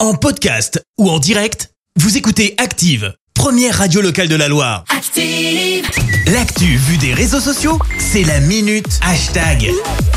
En podcast ou en direct, vous écoutez Active, première radio locale de la Loire. Active. L'actu vue des réseaux sociaux, c'est la minute hashtag.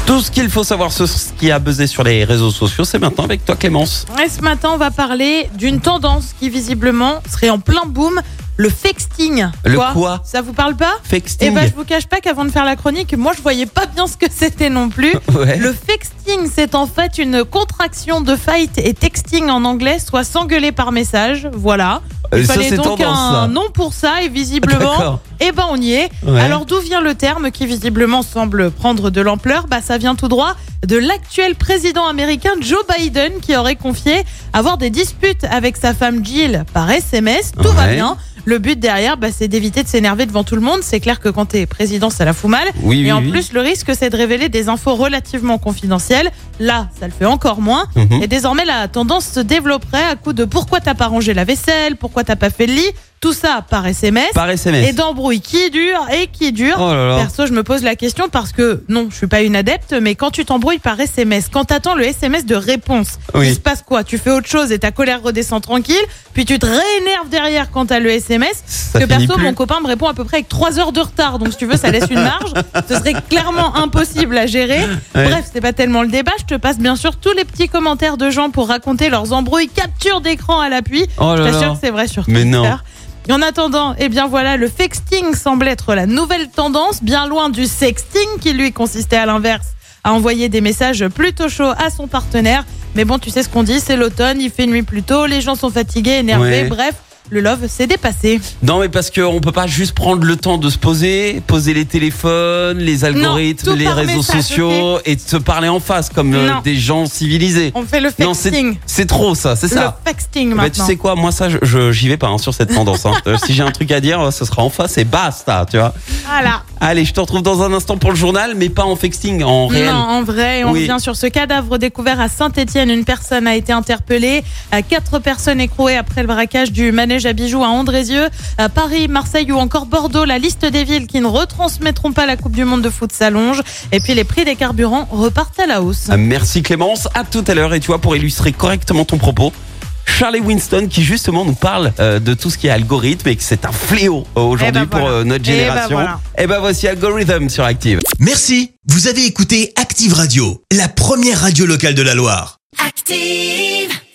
Tout ce qu'il faut savoir sur ce qui a buzzé sur les réseaux sociaux, c'est maintenant avec toi Clémence. Et ce matin, on va parler d'une tendance qui visiblement serait en plein boom, le fexting. Le quoi Ça vous parle pas Fexting. Eh ben, je vous cache pas qu'avant de faire la chronique, moi, je voyais pas bien ce que c'était non plus. Ouais. Le fexting, c'est en fait une contraction de fight et texting en anglais, soit s'engueuler par message. Voilà. Euh, Il ça fallait c'est donc tendance un ça. nom pour ça et visiblement, D'accord. eh ben on y est. Ouais. Alors d'où vient le terme qui visiblement semble prendre de l'ampleur Bah ça vient tout droit de l'actuel président américain Joe Biden qui aurait confié avoir des disputes avec sa femme Jill par SMS. Tout va Ouais. bien. Le but derrière, bah, c'est d'éviter de s'énerver devant tout le monde. C'est clair que quand t'es président, ça la fout mal. Oui, oui, Et en oui. plus, le risque, c'est de révéler des infos relativement confidentielles. Là, ça le fait encore moins. Mhm. Et désormais, la tendance se développerait à coup de pourquoi t'as pas rangé la vaisselle, pourquoi t'as pas fait le lit, tout ça par SMS. Par Et SMS. d'embrouilles qui durent et qui durent. Oh là là. Perso, je me pose la question parce que non, je suis pas une adepte, mais quand tu t'embrouilles par SMS, quand t'attends le SMS de réponse, Oui. il se passe quoi Tu fais autre chose et ta colère redescend tranquille, puis tu te réénerves derrière quand t'as le SMS. Ça Parce que finit perso, plus. mon copain me répond à peu près avec 3 heures de retard. Donc, si tu veux, ça laisse une marge. Ce serait clairement impossible à gérer. Ouais. Bref, c'est pas tellement le débat. Je te passe bien sûr tous les petits commentaires de gens pour raconter leurs embrouilles, capture d'écran à l'appui. Oh Je là t'assure là. que c'est vrai sur Mais Twitter. non. Et En attendant, eh bien voilà, le sexting semble être la nouvelle tendance, bien loin du sexting qui lui consistait à l'inverse à envoyer des messages plutôt chauds à son partenaire. Mais bon, tu sais ce qu'on dit, c'est l'automne, il fait nuit plus tôt, les gens sont fatigués, Ouais. énervés, bref, le love s'est dépassé. Non mais parce qu'on peut pas juste prendre le temps de se poser, poser les téléphones, les algorithmes, tout les par réseaux message, sociaux et de se parler en face comme euh, Non. des gens civilisés. On fait le Non, c'est- sexting. C'est trop ça, c'est ça. Le sexting Bah, tu maintenant. sais quoi, moi ça, je- je j'y vais pas hein, sur cette tendance. hein. Euh, si j'ai un truc à dire, euh, ce sera en face et basta, tu vois. Voilà. Allez, je te retrouve dans un instant pour le journal, mais pas en texting, en réel. Non, en vrai, on Oui. revient sur ce cadavre découvert à Saint-Etienne. Une personne a été interpellée, euh, quatre personnes écrouées après le braquage du manège à bijoux à Andrézieux, à Paris, Marseille ou encore Bordeaux. La liste des villes qui ne retransmettront pas la Coupe du Monde de foot s'allonge. Et puis les prix des carburants repartent à la hausse. Merci Clémence, à tout à l'heure. Et tu vois, pour illustrer correctement ton propos, Charlie Winston qui justement nous parle euh, de tout ce qui est algorithme et que c'est un fléau euh, aujourd'hui Eh ben pour voilà. euh, notre Eh ben génération. voilà. Eh ben voici Algorithm sur Active. Merci, vous avez écouté Active Radio, la première radio locale de la Loire. Active.